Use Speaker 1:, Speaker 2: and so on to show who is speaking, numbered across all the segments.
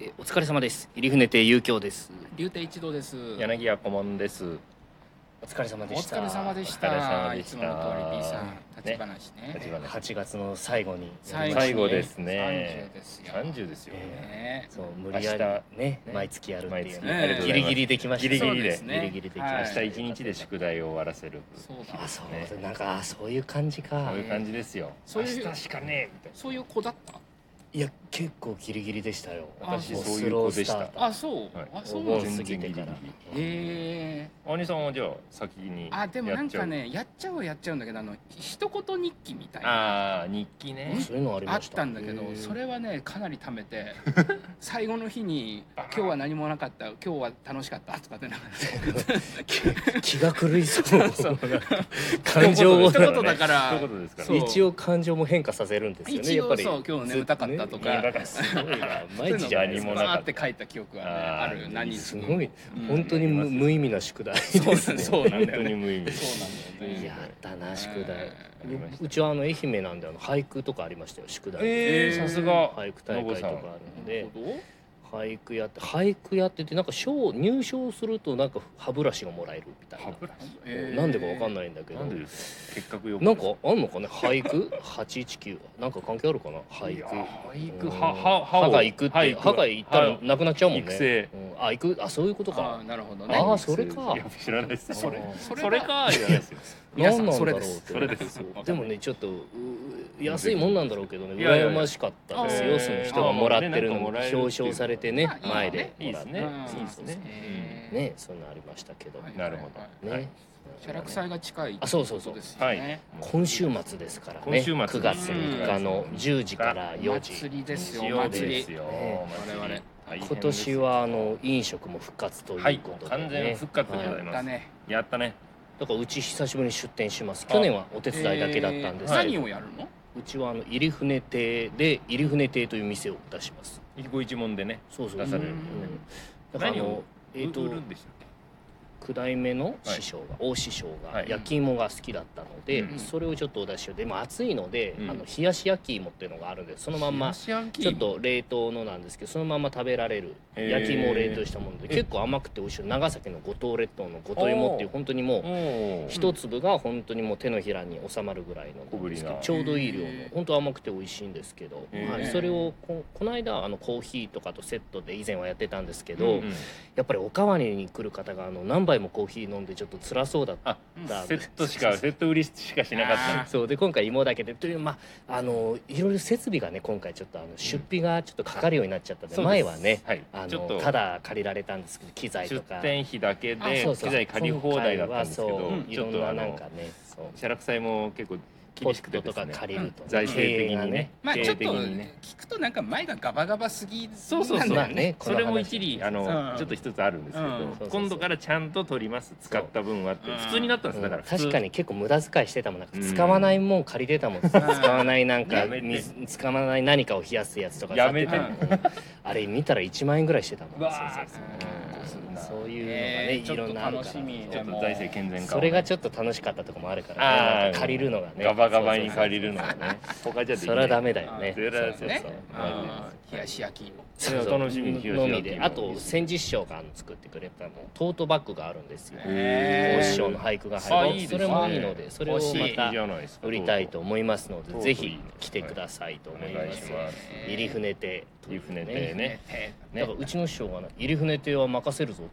Speaker 1: えお疲れ様です入船亭遊興です
Speaker 2: 竜亭一同です。お
Speaker 3: 柳家顧問です。
Speaker 1: お疲れ様でした
Speaker 2: 疲れ様でし
Speaker 3: お疲れ
Speaker 2: た。
Speaker 3: 様
Speaker 2: い
Speaker 3: で
Speaker 2: つ
Speaker 3: し
Speaker 2: もの
Speaker 3: た
Speaker 2: 通り B さん
Speaker 3: ね
Speaker 2: 立ち話ね。
Speaker 3: 立花
Speaker 1: 8月の最後に
Speaker 3: 最後
Speaker 1: で
Speaker 3: ですすね
Speaker 2: 30ですよ。
Speaker 3: 三十ですよ。
Speaker 1: え
Speaker 2: ね。
Speaker 1: そう無理やりね
Speaker 3: 明日
Speaker 1: 毎月やるっていう
Speaker 2: 毎月ありが
Speaker 1: ね
Speaker 2: とう
Speaker 1: ギ
Speaker 2: ござ
Speaker 1: リギ
Speaker 2: います
Speaker 1: リできました
Speaker 3: ギリギリで
Speaker 1: そうすねギリギリできまし
Speaker 3: 明
Speaker 1: た
Speaker 3: 日一日で宿題を終わらせる。
Speaker 2: そうだ
Speaker 1: あ。そう、
Speaker 3: ね
Speaker 1: なんかあそういう感じか
Speaker 3: そういう感じですよ。
Speaker 2: そういう
Speaker 3: 明日しかねえみたい
Speaker 2: そういう子だった。
Speaker 1: いや結構ギリギリでしたよ
Speaker 2: あ
Speaker 3: 私そういう子でした
Speaker 1: もうスロースタート
Speaker 2: あ、そう
Speaker 3: はい。
Speaker 2: あ、そ
Speaker 1: お
Speaker 2: うなん
Speaker 1: 盆
Speaker 2: です。
Speaker 1: 過ぎてから
Speaker 3: 全然ギリ
Speaker 2: ええ。
Speaker 3: な。兄さんはじゃあ先に
Speaker 2: あ、でもなんか
Speaker 3: やっち
Speaker 2: ね、やっちゃうはやっちゃうんだけど、あの一言日記みたいな。
Speaker 3: ゃう。ああ日記ね
Speaker 1: あ。そういうのあり
Speaker 2: あ
Speaker 1: ま
Speaker 2: っ
Speaker 1: した
Speaker 2: たんだけど
Speaker 1: へー
Speaker 2: それはねかなり貯め て最後の日に「今日は何もなかった今日は楽しかった」とかってなんか
Speaker 1: 気気が狂いそう
Speaker 2: そう
Speaker 1: 感情を
Speaker 2: 一言だから
Speaker 3: 一言ですから
Speaker 2: そう
Speaker 3: ね。
Speaker 1: 一応感情も変化させるんですよね
Speaker 2: 一
Speaker 1: や
Speaker 2: 応
Speaker 1: っぱり
Speaker 2: そう今日眠たかったとか
Speaker 1: ずねすごいな毎日じゃ
Speaker 3: 何
Speaker 1: 何
Speaker 3: も
Speaker 1: も
Speaker 3: な
Speaker 1: な
Speaker 3: か
Speaker 2: バ
Speaker 3: っ
Speaker 2: ーって書いた記憶がね
Speaker 3: あ
Speaker 2: あ
Speaker 3: ー
Speaker 2: る何日
Speaker 1: す
Speaker 2: 分
Speaker 1: ごい
Speaker 2: うん
Speaker 1: 本当に無無意味な宿題ですね
Speaker 2: そうそうなんだよ
Speaker 3: 本当に無意味。
Speaker 2: そうなんだよね
Speaker 1: いやあったな宿題
Speaker 3: ありました
Speaker 1: うちはあの愛媛なんであの俳句とかありましたよ宿題
Speaker 3: ええ
Speaker 2: えー
Speaker 3: さすが。
Speaker 1: 俳句大会とかあるの
Speaker 2: なる
Speaker 1: で
Speaker 2: ほど
Speaker 1: 俳句やって俳句やっててなんか賞入賞するとなんか歯ブラシがもらえるみたい
Speaker 3: 歯
Speaker 1: な
Speaker 3: ブラシ。
Speaker 2: えー
Speaker 1: なんでかわかんないんだけど
Speaker 3: なんでですか。結核よ
Speaker 1: なんかあんのかね俳句 819なんか関係あるかな俳
Speaker 3: い
Speaker 1: 句
Speaker 3: や
Speaker 1: 俳
Speaker 3: 句歯歯歯を
Speaker 1: 歯が行くっ
Speaker 3: 歯
Speaker 1: て
Speaker 3: 行く
Speaker 1: 歯が行ったらなくなっちゃうもんね
Speaker 3: 育成
Speaker 1: うんあ行くあそういうこと
Speaker 2: あ
Speaker 1: か
Speaker 2: ーなるほど
Speaker 1: あ
Speaker 2: ね
Speaker 1: ーそれか
Speaker 3: いや知らないです。
Speaker 2: それ
Speaker 1: あ
Speaker 2: それ
Speaker 3: それ
Speaker 2: が
Speaker 3: かじゃないですよ。
Speaker 2: 皆
Speaker 1: 何
Speaker 2: さ
Speaker 1: なんんだ
Speaker 2: そ
Speaker 1: ろう
Speaker 2: れ
Speaker 1: っ
Speaker 2: で
Speaker 1: て
Speaker 2: す
Speaker 3: それで す。
Speaker 1: でもねちょっとうう安いもんなんだろうけどね
Speaker 3: いやいや
Speaker 1: 羨ましかったです
Speaker 2: あ
Speaker 1: よ
Speaker 2: ー
Speaker 1: その人がもらってるの
Speaker 3: あーまあねなんかもらえるっていう
Speaker 1: 表彰されてね
Speaker 2: まあい
Speaker 1: 前
Speaker 2: いね
Speaker 1: で
Speaker 3: いいですね
Speaker 1: も
Speaker 2: うん
Speaker 1: らって
Speaker 3: いいですね
Speaker 2: えー
Speaker 1: ねそんなありましたけど
Speaker 2: はい
Speaker 3: なるほど
Speaker 2: はい
Speaker 3: は
Speaker 1: ね
Speaker 3: い
Speaker 2: キャラクターが近い
Speaker 1: あそうそうそう
Speaker 2: ですよ
Speaker 3: はい
Speaker 2: ね。
Speaker 1: 今週末ですからね
Speaker 3: 今週末
Speaker 1: 9月3日の10時から
Speaker 2: お
Speaker 1: 4時
Speaker 2: 祭りですよ
Speaker 3: 日
Speaker 2: お
Speaker 3: 曜
Speaker 2: 祭
Speaker 3: で
Speaker 2: り
Speaker 3: すよ。
Speaker 1: ね
Speaker 2: 我々
Speaker 1: 今年はあの飲食も復活ということで、ね
Speaker 3: はい完全復活でございま
Speaker 2: や
Speaker 3: す
Speaker 2: ったね
Speaker 3: やったね。
Speaker 1: だからうち久しぶりに出店します去年はお手伝いだけだったんですけど、
Speaker 2: えー何をやるの
Speaker 1: うちはあの入船亭で入船亭という店を出します
Speaker 3: 一個一問でね。
Speaker 1: そうそう
Speaker 3: 出される
Speaker 1: うんだからあ
Speaker 3: 何
Speaker 1: の
Speaker 3: を
Speaker 1: えっ、
Speaker 3: う売
Speaker 1: と
Speaker 3: るんでしたっ
Speaker 1: 九代目の師匠が、大師匠が
Speaker 3: はい
Speaker 1: 焼き芋が好きだったので、
Speaker 3: うん
Speaker 1: それをちょっとお出しをでも暑いので、
Speaker 3: うん
Speaker 1: あの冷やし焼き芋っていうのがあるんでその
Speaker 3: け。
Speaker 1: まんま
Speaker 3: ちょっ
Speaker 1: ちょっと冷凍のなんですけどそのまま食べられる
Speaker 3: へー
Speaker 1: 焼き芋を冷凍したもので結構甘くて美味しい長崎の五島列島の五島芋っていう
Speaker 3: おー
Speaker 1: 本当にもう
Speaker 3: お
Speaker 1: 一粒が本当にもう手のひらに収まるぐらいの
Speaker 3: 小ぶりな
Speaker 1: ちょうどいい量の
Speaker 2: へー
Speaker 1: 本当甘くて美味しいんですけど、
Speaker 3: へ
Speaker 1: は
Speaker 3: ー
Speaker 1: い、それをここの間あのコーヒーとかとセットで以前はやってたんですけど、
Speaker 2: うん
Speaker 1: やっぱりおかわりに来る方があの何杯もコーヒー飲んでちょっと辛そうだっ
Speaker 3: あ
Speaker 1: た
Speaker 3: セットしかセット売りしかしなかった
Speaker 2: あ。
Speaker 1: そうで今回芋だけでというまああのいろいろ設備がね今回ちょっとあの出費がちょっとかかるようになっちゃったんで、
Speaker 3: そうです
Speaker 1: 前はね
Speaker 3: はい
Speaker 1: あ。
Speaker 3: ちょっ
Speaker 1: の
Speaker 3: と
Speaker 1: ただ借りられたんですけど機材
Speaker 3: 出
Speaker 1: とか
Speaker 3: 店費だけ
Speaker 2: あ
Speaker 3: で
Speaker 1: そう
Speaker 3: 機
Speaker 1: そう
Speaker 3: 材借り放題だったんですけ
Speaker 1: 今回
Speaker 3: ど
Speaker 1: は、そうい
Speaker 3: ち
Speaker 1: ろ
Speaker 3: ょっ
Speaker 1: ん
Speaker 3: と
Speaker 1: な
Speaker 3: あ
Speaker 1: なん
Speaker 3: の
Speaker 1: かねそう
Speaker 3: シャラクサイも結構
Speaker 1: ポ
Speaker 3: 厳し
Speaker 1: ッ
Speaker 3: く
Speaker 1: トと
Speaker 3: てです
Speaker 1: か
Speaker 3: ね。
Speaker 1: 借りると、
Speaker 3: 財政的
Speaker 1: 経営が
Speaker 3: にね。
Speaker 2: まあ
Speaker 3: 経
Speaker 2: ちょ
Speaker 3: 営
Speaker 2: っと
Speaker 3: 的にね。
Speaker 2: 聞くとなんか前がガバガバすぎ
Speaker 3: そうそう
Speaker 2: な
Speaker 3: そう、
Speaker 2: んだよ
Speaker 1: まあね
Speaker 3: それも一理あの、
Speaker 2: うん
Speaker 3: ちょっと一つあるんですけど、
Speaker 2: うん
Speaker 1: そうそう
Speaker 3: 今度からちゃんと取ります使った分はって
Speaker 2: うん
Speaker 3: 普通になったんですだから、普通
Speaker 1: 確かに結構無駄遣いしてたもんなんか
Speaker 3: うん
Speaker 1: 使わないもん借りてたもん、使わないなんか
Speaker 3: やめて
Speaker 1: 水使わない何かを冷やすやつとか
Speaker 3: やめて
Speaker 1: 買ってたもんあれ見たら1万円ぐらいしてたもん
Speaker 3: うわ
Speaker 1: そう
Speaker 3: ー
Speaker 1: そうそう
Speaker 2: 結構するな
Speaker 1: そういうのがね、
Speaker 2: えー
Speaker 1: いろんなあるから
Speaker 2: ちょっと楽しみ
Speaker 3: ちょっと財政健全化をね、
Speaker 1: それがちょっと楽しかったとこもあるからね
Speaker 3: あー
Speaker 1: なんか借りるのがね
Speaker 3: ガバガバに借り
Speaker 1: る
Speaker 3: るのはね他じゃできない
Speaker 1: それはダメだよね
Speaker 3: それは
Speaker 1: そ
Speaker 3: そ
Speaker 1: そ
Speaker 3: ううそうう
Speaker 2: ね
Speaker 1: そう
Speaker 2: あー冷やし焼き芋
Speaker 3: それは楽しみに
Speaker 1: のみであ
Speaker 3: いい
Speaker 1: と
Speaker 3: です
Speaker 1: 戦時師匠があの作ってくれたのトートバッグがあるんですよ
Speaker 2: へー
Speaker 1: 大師匠の俳句が入る
Speaker 3: あいいです
Speaker 1: そ
Speaker 3: ね
Speaker 1: れもいいのでそれをま
Speaker 2: 欲しい
Speaker 1: た
Speaker 3: いいじゃないですか
Speaker 1: 売りたいと思いますので
Speaker 3: そう
Speaker 1: ぜひ来てくださいと
Speaker 3: お
Speaker 1: 思
Speaker 3: 願
Speaker 1: いま
Speaker 3: い
Speaker 1: す
Speaker 3: します
Speaker 2: えー
Speaker 1: 入船亭という
Speaker 3: 入船亭ね
Speaker 2: え
Speaker 1: だからうちの師匠がな入船亭は任せるぞって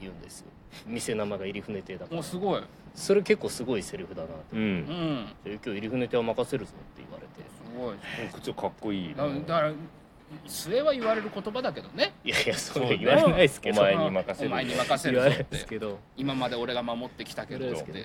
Speaker 1: 言うんですよ店名前が入船亭だ
Speaker 2: ー
Speaker 1: から
Speaker 2: もうすごい
Speaker 1: それ結構すごいセリフだなと
Speaker 3: う
Speaker 2: うんん
Speaker 1: で今日入船亭は任せるぞって言われて
Speaker 2: すごい
Speaker 3: ちょっとかっこいい
Speaker 2: だだから末は言われる言葉だけどね
Speaker 1: いやいやそ
Speaker 3: そう
Speaker 1: れ
Speaker 3: ね
Speaker 1: 言われないですけど
Speaker 3: お前に任せる
Speaker 2: お前に任
Speaker 1: 言
Speaker 2: せる
Speaker 1: わ
Speaker 2: ぞ
Speaker 1: れない
Speaker 2: っ
Speaker 1: です
Speaker 2: て
Speaker 1: けど
Speaker 2: 今まで俺が守ってきたけどっていう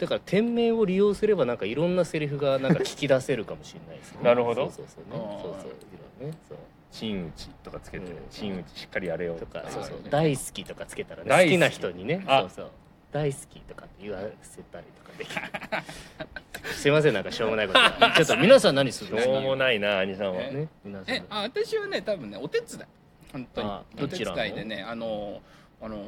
Speaker 1: だから店名を利用すればなんかいろんなセリフがなんか聞き出せるかもしれないですね
Speaker 3: なるほど
Speaker 1: そうそうそうね
Speaker 2: あー
Speaker 1: そうそういろいろねそう
Speaker 3: 真打ちとかつけて
Speaker 1: うん
Speaker 3: 真打ちしっかりやれよ
Speaker 1: とか、
Speaker 2: はい
Speaker 1: そうそう
Speaker 2: は、い
Speaker 1: 大好きとかつけたら、ね、好
Speaker 3: 大好き
Speaker 1: きな人にね、そ
Speaker 3: あ
Speaker 1: うそう。大好きとかって言わせたりとかできる。すいません、なんかしょうもない こと言って。ちょっと皆さん何する
Speaker 3: し
Speaker 1: の？
Speaker 3: ょうもないな兄さんは
Speaker 2: え
Speaker 1: ね、皆さん
Speaker 2: え。あ私はね多分ねお手伝い本当に
Speaker 1: あ
Speaker 2: お
Speaker 1: ど
Speaker 2: 手
Speaker 1: ちらの
Speaker 2: 伝いでねあのあの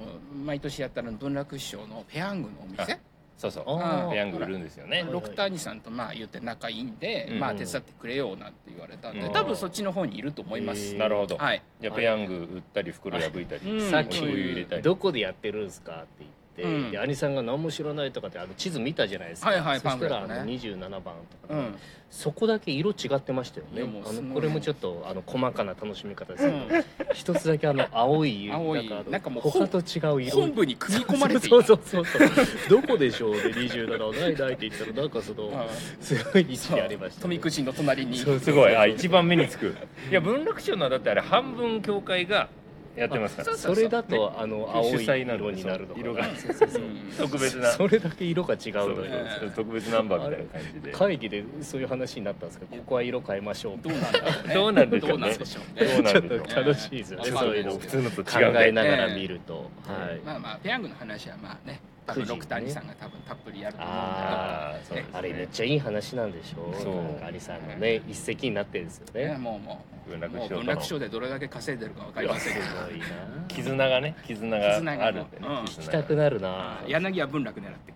Speaker 2: 毎年やったら文楽師匠のペヤングのお店
Speaker 3: そうそう
Speaker 1: あ
Speaker 2: ー
Speaker 3: ペヤングいるんですよね
Speaker 1: はい
Speaker 2: 六谷さんとまあ言って仲いいんで、
Speaker 3: うん
Speaker 2: まあ手伝ってくれよなんて言われたんで、
Speaker 3: うん
Speaker 2: 多分そっちの方にいると思います、
Speaker 1: へー
Speaker 3: なるほど
Speaker 2: はい、
Speaker 3: じゃあペヤング売ったり袋破いたり
Speaker 2: うん
Speaker 3: さ
Speaker 1: さ
Speaker 3: っ
Speaker 1: っ
Speaker 3: き
Speaker 1: き
Speaker 3: お湯入れたり
Speaker 1: どこでやってるんですかって言って、
Speaker 2: うん
Speaker 1: で兄さんが何も知らないとかってあの地図見たじゃないですか、
Speaker 2: はいはい
Speaker 1: そした
Speaker 2: パ
Speaker 1: ら
Speaker 2: ン
Speaker 1: あ
Speaker 2: フレ
Speaker 1: の
Speaker 2: ットね
Speaker 1: 27番とか
Speaker 2: う
Speaker 1: ね、
Speaker 2: ん
Speaker 1: そこだけ色違ってましたよ
Speaker 2: い
Speaker 1: ね
Speaker 2: やもう
Speaker 1: あ
Speaker 2: すごい
Speaker 1: のこれもちょっとあの細かな楽しみ方ですけど、一つだけあの青い
Speaker 2: 青
Speaker 1: なん
Speaker 2: い
Speaker 1: かあの
Speaker 2: なんかもう
Speaker 1: 他と違う色
Speaker 2: 本部に組み込まれてい
Speaker 1: そう
Speaker 2: た
Speaker 1: そうそうそうどこでしょうで27ないないって言ったらなんかその、
Speaker 2: うん
Speaker 1: すごい位置
Speaker 2: そう
Speaker 1: にありました、
Speaker 2: 富くじの隣に
Speaker 1: そう
Speaker 3: すごいあ一番目につくいや文楽師匠のはだってあれ半分教会がやってますから
Speaker 1: それだと、あの青
Speaker 3: 主
Speaker 1: い
Speaker 3: 催なんで
Speaker 1: 色になるのかな
Speaker 3: 色が
Speaker 1: そうそうそう
Speaker 2: うん
Speaker 3: 特別な
Speaker 1: それだけ色が違う
Speaker 3: そう
Speaker 1: の
Speaker 3: そう
Speaker 1: よ
Speaker 2: ね
Speaker 3: そう特別ナンバーみたいな感じで
Speaker 1: 会議でそういう話になったんですけどここは色変えましょう
Speaker 2: どうなんだろうね
Speaker 3: どうなんでしょうね
Speaker 2: どうなんでしょう
Speaker 3: どうなん
Speaker 1: ちょっ
Speaker 3: でしょ
Speaker 1: と
Speaker 3: う
Speaker 1: 楽しいですよね
Speaker 2: ええ
Speaker 1: そういうの
Speaker 2: わ
Speaker 1: を
Speaker 2: か
Speaker 3: 普
Speaker 2: る
Speaker 3: 通のと
Speaker 1: 考
Speaker 3: 違うね
Speaker 1: えながら見ると、はい、
Speaker 2: まあまあペヤングの話はまあね多
Speaker 1: 9
Speaker 2: 分
Speaker 1: 時ね
Speaker 2: 六谷さんが多分たっぷりやると思うんだ
Speaker 1: あ
Speaker 3: あーそうですね
Speaker 1: あれめっちゃいい話なんでしょ
Speaker 3: そう
Speaker 1: なんかアリさんのね一石になってるんですよ
Speaker 2: けどね
Speaker 1: ね
Speaker 2: もうも
Speaker 3: 文
Speaker 2: う
Speaker 3: 楽
Speaker 2: も
Speaker 3: 師
Speaker 2: う
Speaker 3: 匠と
Speaker 2: 文
Speaker 3: の
Speaker 2: 楽賞でどれだけ稼いでるかわかり
Speaker 1: い
Speaker 2: ま
Speaker 1: や
Speaker 2: せ
Speaker 1: す
Speaker 2: んけど
Speaker 1: ごいな
Speaker 3: 絆がね絆が
Speaker 2: 絆がもう
Speaker 3: あるんでね
Speaker 2: うん
Speaker 1: 行きたくなるな
Speaker 2: あー柳は文楽狙って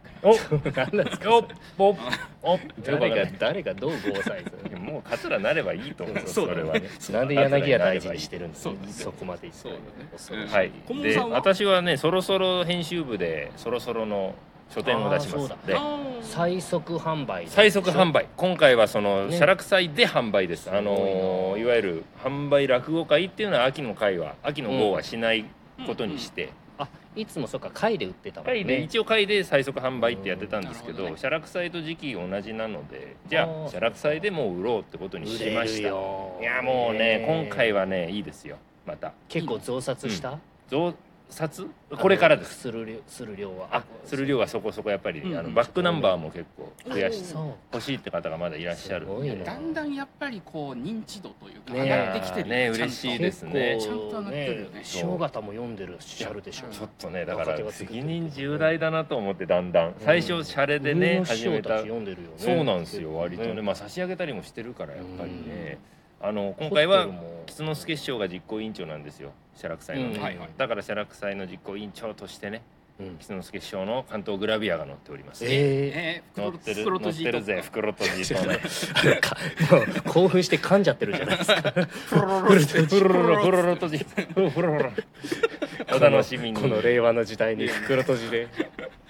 Speaker 2: るから
Speaker 3: お
Speaker 1: 何なんですか
Speaker 3: おおお
Speaker 1: 誰が誰がどうゴーサイ
Speaker 3: いやもう桂なればいいと思う
Speaker 2: そう
Speaker 3: それはね
Speaker 1: ズなんで柳は大事にしてるんですか
Speaker 2: そうだね
Speaker 1: そこまでいったら
Speaker 2: そう
Speaker 1: 恐
Speaker 2: だね
Speaker 1: ろし
Speaker 3: はい
Speaker 2: 顧問
Speaker 3: で
Speaker 2: さんは
Speaker 3: 私はねそろそろ編集部でそろそろの書店を出しま
Speaker 1: あーそう
Speaker 3: す
Speaker 1: だ
Speaker 3: で
Speaker 1: 最速販売
Speaker 3: 最速販
Speaker 1: 売
Speaker 3: 売今回はその
Speaker 1: ね
Speaker 3: 写楽祭で販売です、
Speaker 1: す
Speaker 3: あ
Speaker 1: ご
Speaker 3: の
Speaker 1: いな
Speaker 3: ー
Speaker 1: い
Speaker 3: わゆる販売落語会っていうのは秋の会は秋の号はしないことにして、
Speaker 1: あいつもそっか会で売ってたもん
Speaker 3: 会で
Speaker 1: ね
Speaker 3: 一応会で最速販売ってやってたんですけど
Speaker 2: うんなるほどね
Speaker 3: 写楽祭と時期同じなのでじゃ
Speaker 1: あ
Speaker 3: あ
Speaker 1: ー
Speaker 3: 写楽祭でもう売ろうってことに
Speaker 1: 売
Speaker 3: し
Speaker 1: れ
Speaker 3: ま
Speaker 1: る
Speaker 3: したい
Speaker 1: よ
Speaker 3: やもうね今回はねいいですよまた
Speaker 1: 結構増刷した
Speaker 3: 増刷これからです
Speaker 1: する量する量は
Speaker 3: あする量はそこそこやっぱり、
Speaker 2: うん
Speaker 3: あのバックナンバーも結構増やし
Speaker 2: うん
Speaker 1: そう
Speaker 3: 欲しいって方がまだいらっしゃるん
Speaker 1: すごい
Speaker 3: で
Speaker 1: ね
Speaker 2: だんだんやっぱりこう認知度というか
Speaker 1: ね
Speaker 2: 上がってきてるちゃん
Speaker 3: ね
Speaker 2: と
Speaker 3: 嬉しいですね
Speaker 1: 結構
Speaker 2: ちゃんとなってるよね
Speaker 1: 塩型も読んでるしゃるでしょ
Speaker 2: うん
Speaker 3: ちょっとねだから
Speaker 1: 若手が作って
Speaker 3: 責
Speaker 1: る
Speaker 3: 任重大だなと思ってだんだん最初シャレで
Speaker 1: 上
Speaker 3: ね
Speaker 1: の
Speaker 3: 始め
Speaker 1: 師匠たち
Speaker 3: た
Speaker 1: 読んでるよね
Speaker 3: そうなんですよ割とね
Speaker 1: ね
Speaker 3: まあ差し上げたりもしてるからやっぱりねあの今回は
Speaker 1: ホテルも
Speaker 3: 吉之助師匠が実行委員長なんですよ写楽祭
Speaker 1: う
Speaker 3: の
Speaker 1: ん
Speaker 2: はいはい
Speaker 3: ねだから写楽祭の実行委員長としてね
Speaker 1: うん
Speaker 3: 吉之助師匠の関東グラビアが載っております
Speaker 1: え
Speaker 2: えー
Speaker 3: 乗
Speaker 2: 袋
Speaker 3: ってる
Speaker 2: 袋
Speaker 3: 乗
Speaker 2: と
Speaker 3: っ
Speaker 2: じ
Speaker 3: て るぜ
Speaker 2: と
Speaker 3: 袋 とじとね
Speaker 1: えかもう興奮して噛んじゃってるじゃないですか
Speaker 2: プロロロロ
Speaker 3: フロロロフロロとじフロロロお楽しみに
Speaker 1: この令和の時代に袋閉じで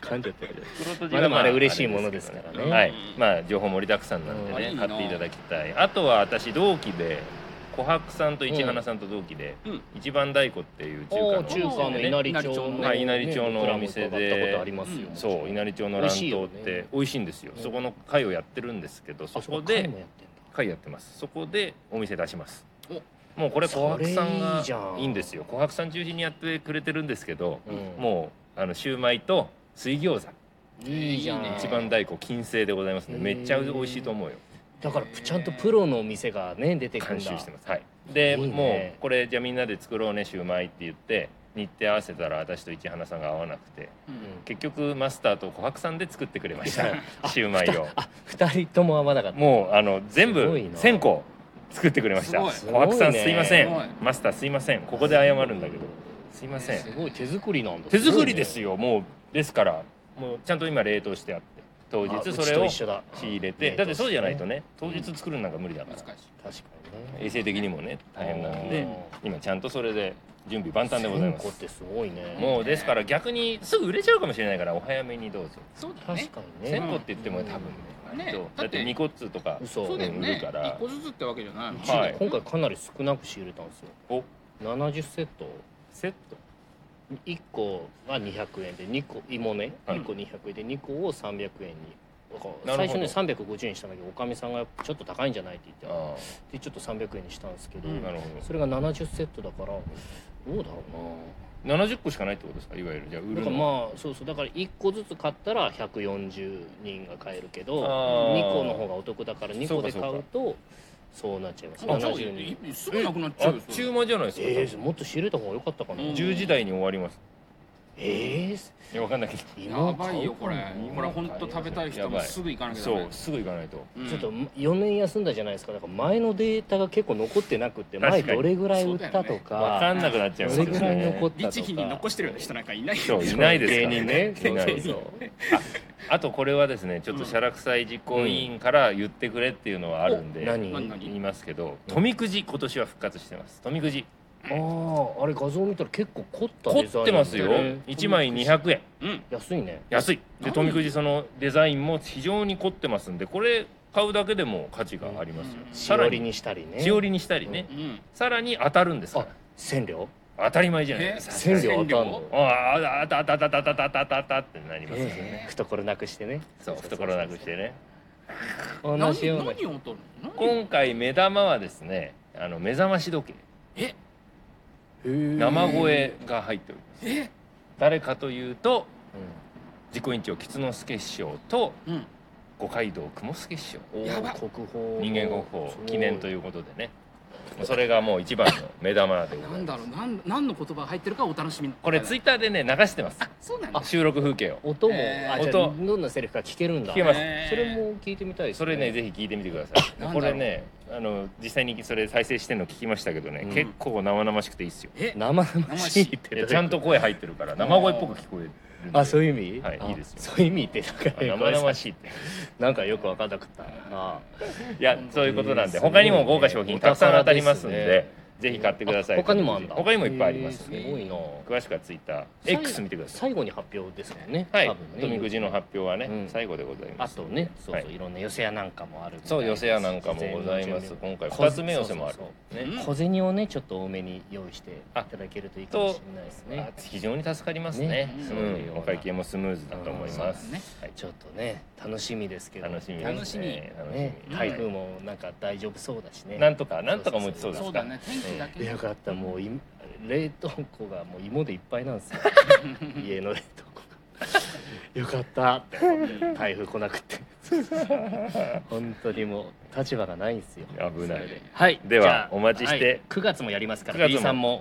Speaker 1: 噛んじゃってるじゃない
Speaker 3: 袋とじ
Speaker 1: まあ
Speaker 3: が
Speaker 1: でもあれ嬉しいものですからね
Speaker 3: はいまあ情報盛りだくさんなんで
Speaker 2: うん
Speaker 3: ね
Speaker 2: いいな
Speaker 3: 買っていただきたいあとは私同期で琥珀さんと市花さんと同期で、
Speaker 2: うん
Speaker 3: 一番太鼓っていう中華の
Speaker 1: お
Speaker 3: お
Speaker 1: ー
Speaker 3: 店
Speaker 1: 中
Speaker 3: で、ね、
Speaker 1: 華の稲荷町のね
Speaker 3: はい稲荷町のお店で
Speaker 1: 僕らも伺ったことありますよ
Speaker 2: うん
Speaker 3: そう稲荷町の乱
Speaker 1: 美
Speaker 3: 闘っ
Speaker 1: 味しいよ
Speaker 3: て
Speaker 1: ね
Speaker 3: 美味しいんですよ
Speaker 1: うん
Speaker 3: そこの会をやってるんですけどそ
Speaker 1: あ
Speaker 3: こ
Speaker 1: っか貝
Speaker 3: で
Speaker 1: もやってんだ
Speaker 3: 会やってますそこでお店出します
Speaker 2: お
Speaker 3: もうこれ琥珀さん
Speaker 1: それい
Speaker 3: が
Speaker 1: いじゃん
Speaker 3: いいんですよ琥珀さん中心にやってくれてるんですけど、
Speaker 1: うん
Speaker 3: もうあのシューマイと水餃子
Speaker 1: いいじゃん
Speaker 2: いいね
Speaker 3: 一番太鼓金星でございますねめっちゃ美味しいと思うよ
Speaker 1: だからちゃんとプロのお店がね出てくるん
Speaker 3: 監
Speaker 1: だ
Speaker 3: 修してますはいで
Speaker 1: いいね
Speaker 3: もうこれじゃあみんなで作ろうねシューマイって言って日程合わせたら私と市花さんが合わなくて
Speaker 1: うん
Speaker 3: 結局マスターと琥珀さんで作ってくれました
Speaker 1: あ
Speaker 3: シューマイを
Speaker 1: あ二人とも合わなかった
Speaker 3: もうあの全部
Speaker 1: すごいな
Speaker 3: 1000個作ってくれました
Speaker 2: す
Speaker 3: 琥
Speaker 1: ごい
Speaker 3: 珀さん
Speaker 1: すごいね
Speaker 3: すいません
Speaker 2: すごい
Speaker 3: マスターすいませんここで謝るんだけどすいません
Speaker 1: すごい手作りなんだ
Speaker 3: 手作りです
Speaker 1: よ
Speaker 3: よもうですからもうちゃんと今冷凍してあって当日それを仕入れてだってそうじゃないとね当日作るなんか無理だか
Speaker 2: 難
Speaker 3: ら
Speaker 2: しい
Speaker 1: 確かにね
Speaker 3: 衛生的にもね大変なんで
Speaker 1: う
Speaker 3: 今ちゃんとそれで準備万端でございま
Speaker 1: 千個っ
Speaker 3: す
Speaker 1: てすごいね
Speaker 3: もうですから逆にすぐ売れちゃうかもしれないからお早めにどうぞ
Speaker 2: そうだ
Speaker 1: 確
Speaker 2: ね
Speaker 1: かにね
Speaker 3: 1000個って言っても多分
Speaker 2: ね
Speaker 3: ね割と
Speaker 2: だ
Speaker 3: だ
Speaker 2: っ
Speaker 3: ってて2個っつうとか
Speaker 1: 嘘
Speaker 2: そうだよ
Speaker 3: 売
Speaker 2: ね
Speaker 3: るから
Speaker 2: 一個ずつってわけじゃないの
Speaker 1: う
Speaker 2: ね
Speaker 1: ち
Speaker 3: は
Speaker 1: ね
Speaker 3: い
Speaker 1: 今回かなり少なく仕入れたんですよ
Speaker 3: お
Speaker 1: 70セット
Speaker 3: セット
Speaker 1: 1個は200円で2個芋ね
Speaker 3: はい
Speaker 1: 1個200円で2個を300円にだから
Speaker 3: な
Speaker 1: 最
Speaker 3: るほ
Speaker 1: 初
Speaker 3: ど
Speaker 1: ね350円にしたんだけどおかみさんがちょっと高いんじゃないって言って
Speaker 3: あ
Speaker 1: でちょっと300円にしたんですけど
Speaker 2: うん
Speaker 3: あなるほ
Speaker 1: それが70セットだからどうだろう
Speaker 3: ど70個しかないってことですかいわゆるじゃあ売
Speaker 1: な
Speaker 3: る
Speaker 1: だから
Speaker 3: の
Speaker 1: まあそうそうだから1個ずつ買ったら140人が買えるけど
Speaker 3: あー
Speaker 1: 2個の方がお得だから2個で
Speaker 3: そう
Speaker 1: 買
Speaker 3: かそう
Speaker 1: う
Speaker 3: か
Speaker 1: とそうなっちゃいます
Speaker 2: あそう
Speaker 1: 70人
Speaker 2: すぐなくなっち
Speaker 3: あ
Speaker 2: ゃ
Speaker 3: っ
Speaker 2: うよ
Speaker 3: ちゅう間じゃないですか
Speaker 1: えー、もっと仕入れた方が良かったかな、
Speaker 2: うん
Speaker 3: 10時台に終わります
Speaker 1: えええー、
Speaker 3: いやわかんないけど
Speaker 2: やばいよこれ
Speaker 1: 芋
Speaker 2: これ本当食べたい人
Speaker 3: や
Speaker 2: も
Speaker 3: ばい
Speaker 2: すぐ行かなきゃダ
Speaker 3: そ
Speaker 2: メ
Speaker 3: うすぐ行かないと
Speaker 2: うん
Speaker 1: ちょっと4年休んだじゃないですかだから前のデータが結構残ってなくて前
Speaker 3: 確かに
Speaker 1: どれぐらい売ったと
Speaker 3: わか
Speaker 1: か
Speaker 3: んなくなっちゃう
Speaker 1: どれぐらい残ったと
Speaker 3: ね
Speaker 1: か
Speaker 2: 律費に残してる人なんかいない
Speaker 3: そ
Speaker 2: よ
Speaker 3: ういないですから
Speaker 1: 芸人ね
Speaker 3: いないです
Speaker 1: そう
Speaker 3: あとこれはですねちょっと写楽祭実行委員から言ってくれっていうのはあるんで、
Speaker 1: お何
Speaker 2: 何何
Speaker 3: 言いますけど富くじ今年は復活してます富くじ
Speaker 1: あああれ画像見たら結構凝った
Speaker 3: 凝
Speaker 1: デザイン
Speaker 3: ってますよ
Speaker 1: だね
Speaker 3: 1枚200円
Speaker 2: うん
Speaker 1: 安いね
Speaker 3: 安いで
Speaker 2: 何
Speaker 3: 富くじそのデザインも非常に凝ってますんでこれ買うだけでも価値がありますよ、
Speaker 2: うん
Speaker 1: し
Speaker 3: さ
Speaker 1: お
Speaker 3: ら
Speaker 1: り
Speaker 3: に
Speaker 1: にしたりね
Speaker 3: しおりにしたりね、
Speaker 2: うん
Speaker 3: さらに当たるんですか
Speaker 1: あ千両
Speaker 3: ら当たり前じゃない
Speaker 2: え
Speaker 3: ですか
Speaker 1: 千両当たんの
Speaker 3: あああたたたたたたたたたってなりますよね、
Speaker 1: ええ懐なくしてね
Speaker 3: そう懐なくしてね
Speaker 1: 同
Speaker 2: 何
Speaker 1: じような
Speaker 2: 何を取るの何
Speaker 3: 今回目玉はですねあの目覚まし時計
Speaker 2: え
Speaker 3: 生声が入っております
Speaker 2: え
Speaker 3: 誰かというと自己委員長吉之助師匠と
Speaker 2: うん
Speaker 3: 五街道雲助師匠
Speaker 1: うんおー
Speaker 2: やば
Speaker 1: 国宝
Speaker 3: 人間国宝記念と
Speaker 1: う
Speaker 3: いうことでねもうそれがもう一番の目玉でござい
Speaker 2: な
Speaker 3: ます
Speaker 2: んだろうなん何の言葉が入ってるかお楽しみ
Speaker 3: これツイ
Speaker 2: い
Speaker 3: ッターでね流してます
Speaker 2: あそうなんだ
Speaker 3: 収録風景を
Speaker 1: 音も
Speaker 2: えー
Speaker 1: あじゃあ
Speaker 3: 音
Speaker 1: どんなセリフか聞けるんだ
Speaker 3: 聞けます
Speaker 2: へー
Speaker 1: それも聞いてみたいです
Speaker 3: それねぜひ聞いてみてください
Speaker 2: なんだろう
Speaker 3: これねあの実際にそれ再生してるの聞きましたけどね、
Speaker 1: うん
Speaker 3: 結構生々しくていいっすよ
Speaker 2: え
Speaker 1: 生々しいってどういう
Speaker 3: いや
Speaker 1: こと
Speaker 3: ちゃんと声入ってるから生声っぽく聞こえるんで
Speaker 1: あそういう意味
Speaker 3: はい
Speaker 1: あ
Speaker 3: いいですよ
Speaker 1: そういう意味ってなんか
Speaker 3: あ生々しいって
Speaker 1: なんかよくわかんなくったあ
Speaker 3: いやそういうことなんで
Speaker 1: えーすごいね
Speaker 3: 他にも豪華商品たくさん当たりますん
Speaker 1: お
Speaker 3: で
Speaker 1: 宝です
Speaker 3: ぜひ買ってくださ
Speaker 1: あ
Speaker 3: い
Speaker 1: 他にもあんだ
Speaker 3: 他にもいっぱいありますん
Speaker 1: え
Speaker 3: で
Speaker 1: ーすごいな
Speaker 3: 詳しくはツイッター
Speaker 1: 最
Speaker 3: X 見てください
Speaker 1: 最後に発表ですもんね
Speaker 3: はい
Speaker 1: 多分ね
Speaker 3: 富くじの発表はね、
Speaker 1: うん
Speaker 3: 最後でございま
Speaker 1: あ
Speaker 3: す
Speaker 1: とねそうそう、
Speaker 3: はい
Speaker 1: い、ろんな寄せ屋なんかもあるみたい
Speaker 3: そう寄せ屋なんかもございます今回2つ目寄せもある
Speaker 1: そう
Speaker 3: ね
Speaker 2: うん
Speaker 1: 小銭をねちょっと多めに用意していただけるといいかもしれないですね
Speaker 3: あ非常に助かりますね
Speaker 1: ね
Speaker 3: う
Speaker 1: そういうんような
Speaker 3: お会計もスムーズだと思います、
Speaker 2: うん
Speaker 3: はい、
Speaker 1: ちょっとね楽しみですけど
Speaker 3: 楽しみですね
Speaker 2: 楽しみ
Speaker 3: 楽しみ
Speaker 1: ね
Speaker 2: うん
Speaker 1: 台風もなんか大丈夫そうだしね、
Speaker 3: なんとかなんとか持ちそうですか
Speaker 2: そうだね天気だけ
Speaker 1: いやよかったもうい冷凍庫がもう芋でいっぱいなん ですよ家の冷凍庫がよかったって思って台風来なくて 本当にもう立場がないんですよ
Speaker 3: 危ない
Speaker 1: はい
Speaker 3: では
Speaker 1: じゃあ
Speaker 3: お待ちして
Speaker 1: い9月もやりますか
Speaker 3: 9
Speaker 1: ら
Speaker 3: 月も
Speaker 1: B さんも